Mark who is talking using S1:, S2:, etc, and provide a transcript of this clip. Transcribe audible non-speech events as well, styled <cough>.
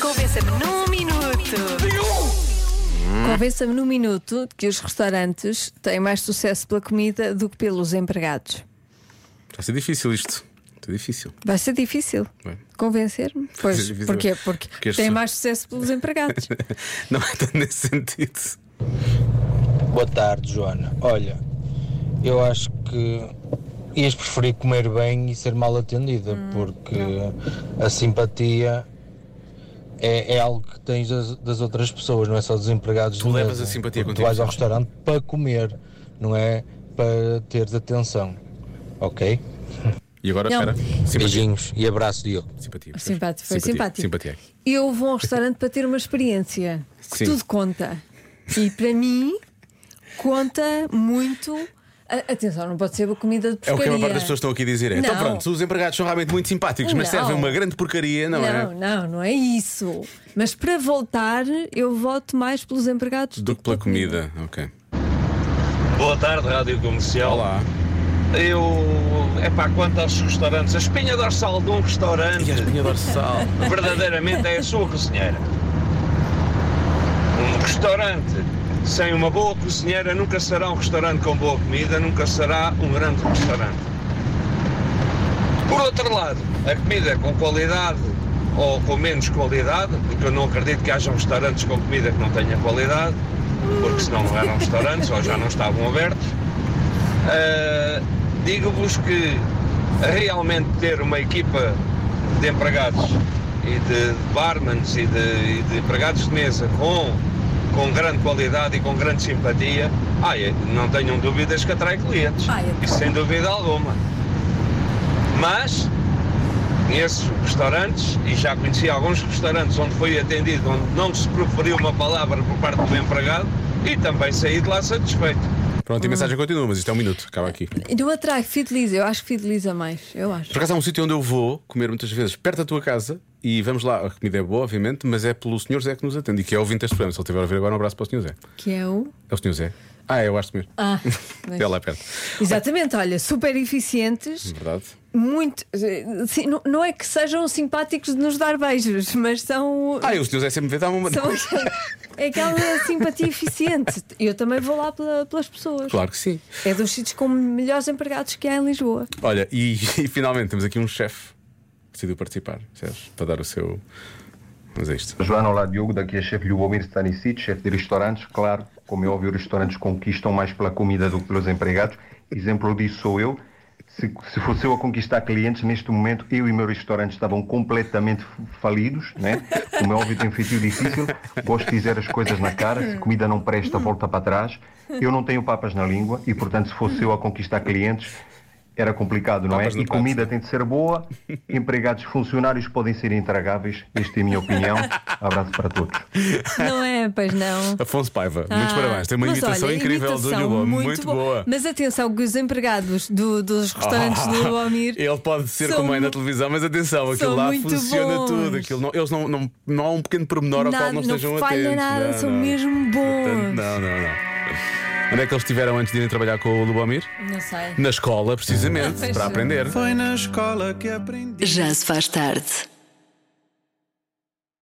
S1: Convença-me num minuto.
S2: Convença-me num minuto que os restaurantes têm mais sucesso pela comida do que pelos empregados.
S3: Vai ser difícil isto. Muito difícil. <laughs>
S2: Vai ser difícil
S3: Vai.
S2: convencer-me. Pois,
S3: difícil.
S2: porquê? Porque
S3: Porque as
S2: têm
S3: pessoas-
S2: mais sucesso pelos
S3: <laughs>
S2: empregados.
S3: Não é tanto nesse sentido.
S4: Boa tarde, Joana. Olha, eu acho que ias preferir comer bem e ser mal atendida, porque a simpatia é, é algo que tens das, das outras pessoas, não é só dos empregados
S3: Tu
S4: de
S3: levas
S4: mesa.
S3: a simpatia
S4: Porque
S3: contigo,
S4: Tu vais ao
S3: sim.
S4: restaurante para comer, não é para teres atenção. Ok?
S3: E agora,
S2: Não.
S3: espera. Simpatia.
S4: Beijinhos e abraço, Diogo.
S3: Simpatia.
S2: Simpático, foi
S3: Simpatia.
S2: simpático.
S3: Simpatia.
S2: Eu vou a um restaurante para ter uma experiência. que
S3: Sim.
S2: Tudo conta. E para mim, conta muito. a- Atenção, não pode ser a comida de
S3: É o que a
S2: porcaria.
S3: maior parte das pessoas estão aqui a dizer. é, Então
S2: Não.
S3: pronto, os empregados são realmente muito simpáticos, mas
S2: Não.
S3: servem uma grande porcaria, não,
S2: não,
S3: é?
S2: não, não é isso. Mas para voltar, eu voto mais pelos empregados
S3: Do que pela comida. Ok.
S5: Boa tarde, Rádio Comercial.
S3: Olá.
S5: Eu. É pá, quanto aos restaurantes, a espinha dorsal de um restaurante
S3: dorsal.
S5: verdadeiramente é a sua cozinheira. Um restaurante sem uma boa cozinheira nunca será um restaurante com boa comida, nunca será um grande restaurante. Por outro lado, a comida com qualidade ou com menos qualidade, porque eu não acredito que haja restaurantes com comida que não tenha qualidade, porque senão não eram restaurantes ou já não estavam abertos. Ah, Digo-vos que realmente ter uma equipa de empregados e de barmans e de, e de empregados de mesa com, com grande qualidade e com grande simpatia, ai, não tenham dúvidas que atrai clientes.
S2: Ai, eu-
S5: Isso sem dúvida alguma. Mas esses restaurantes, e já conheci alguns restaurantes onde foi atendido, onde não se proferiu uma palavra por parte do empregado, e também saí de lá satisfeito.
S3: Pronto, e a mensagem continua, mas isto é um minuto, acaba aqui.
S2: Não atrai, fideliza. Eu acho que fideliza mais. Eu acho.
S3: Por acaso há um sítio onde eu vou comer muitas vezes, perto da tua casa, e vamos lá. A comida é boa, obviamente, mas é pelo senhor Zé que nos atende e que é ouvinte deste programa. Se ele estiver a ouvir agora, um abraço para o senhor Zé.
S2: Que é o.
S3: É o senhor Zé? Ah, é, eu acho mesmo. <laughs>
S2: Ah, mas-
S3: É lá perto.
S2: Exatamente, olha, super eficientes,
S3: Verdade.
S2: muito. eh, sim, não, não é que sejam simpáticos de nos dar beijos, mas são.
S3: Ah, e o senhor Zé sempre me vê dar uma.
S2: são aquela- é aquela simpatia eficiente. Eu também vou lá pela- pelas pessoas.
S3: Claro que sim.
S2: É dos sítios com melhores empregados que há em Lisboa.
S3: Olha, e, <laughs> e finalmente temos aqui um chefe que decidiu participar, percebes? Para dar o seu. Mas é isto.
S6: Joana, olá Diogo, daqui é chefe Lubomir Stanisic, chefe de restaurantes. Claro, como é óbvio, os restaurantes conquistam mais pela comida do que pelos empregados. Exemplo disso sou eu. Se, se fosse eu a conquistar clientes, neste momento eu e meu restaurante estavam completamente f- falidos, né? Como é óbvio, tem um feitio difícil. Gosto de dizer as coisas na cara. Se comida não presta, volta para trás. Eu não tenho papas na língua e, portanto, se fosse eu a conquistar clientes, era complicado, não é?
S3: Papas no
S6: E
S3: prato,
S6: comida tem de ser boa, empregados funcionários podem ser intragáveis, esta é a minha opinião. Abraço para todos.
S2: Não é? Pois não.
S3: Afonso Paiva, muitos
S2: Ah,
S3: parabéns. Tem uma
S2: mas
S3: imitação
S2: olha,
S3: incrível
S2: imitação
S3: do Lubomir, muito,
S2: bo-
S3: boa.
S2: Mas atenção, que os empregados do-
S3: <laughs>
S2: dos restaurantes do Lubomir.
S3: Ele pode ser
S2: são
S3: como é na
S2: mu-
S3: televisão, mas atenção, aquilo
S2: são
S3: lá
S2: muito
S3: funciona
S2: bons.
S3: tudo. Aquilo não, eles não, não, não há um pequeno pormenor ao
S2: Nada,
S3: qual não estejam
S2: falha
S3: atentos.
S2: nada,
S3: não,
S2: são
S3: não.
S2: mesmo bons.
S3: Não, não, não. Onde é que eles estiveram antes de irem trabalhar com o Lubomir?
S2: Não sei.
S3: Na escola, precisamente,
S2: Pois
S3: para
S2: é.
S3: aprender.
S7: Foi na escola que aprendi.
S1: Já se faz tarde.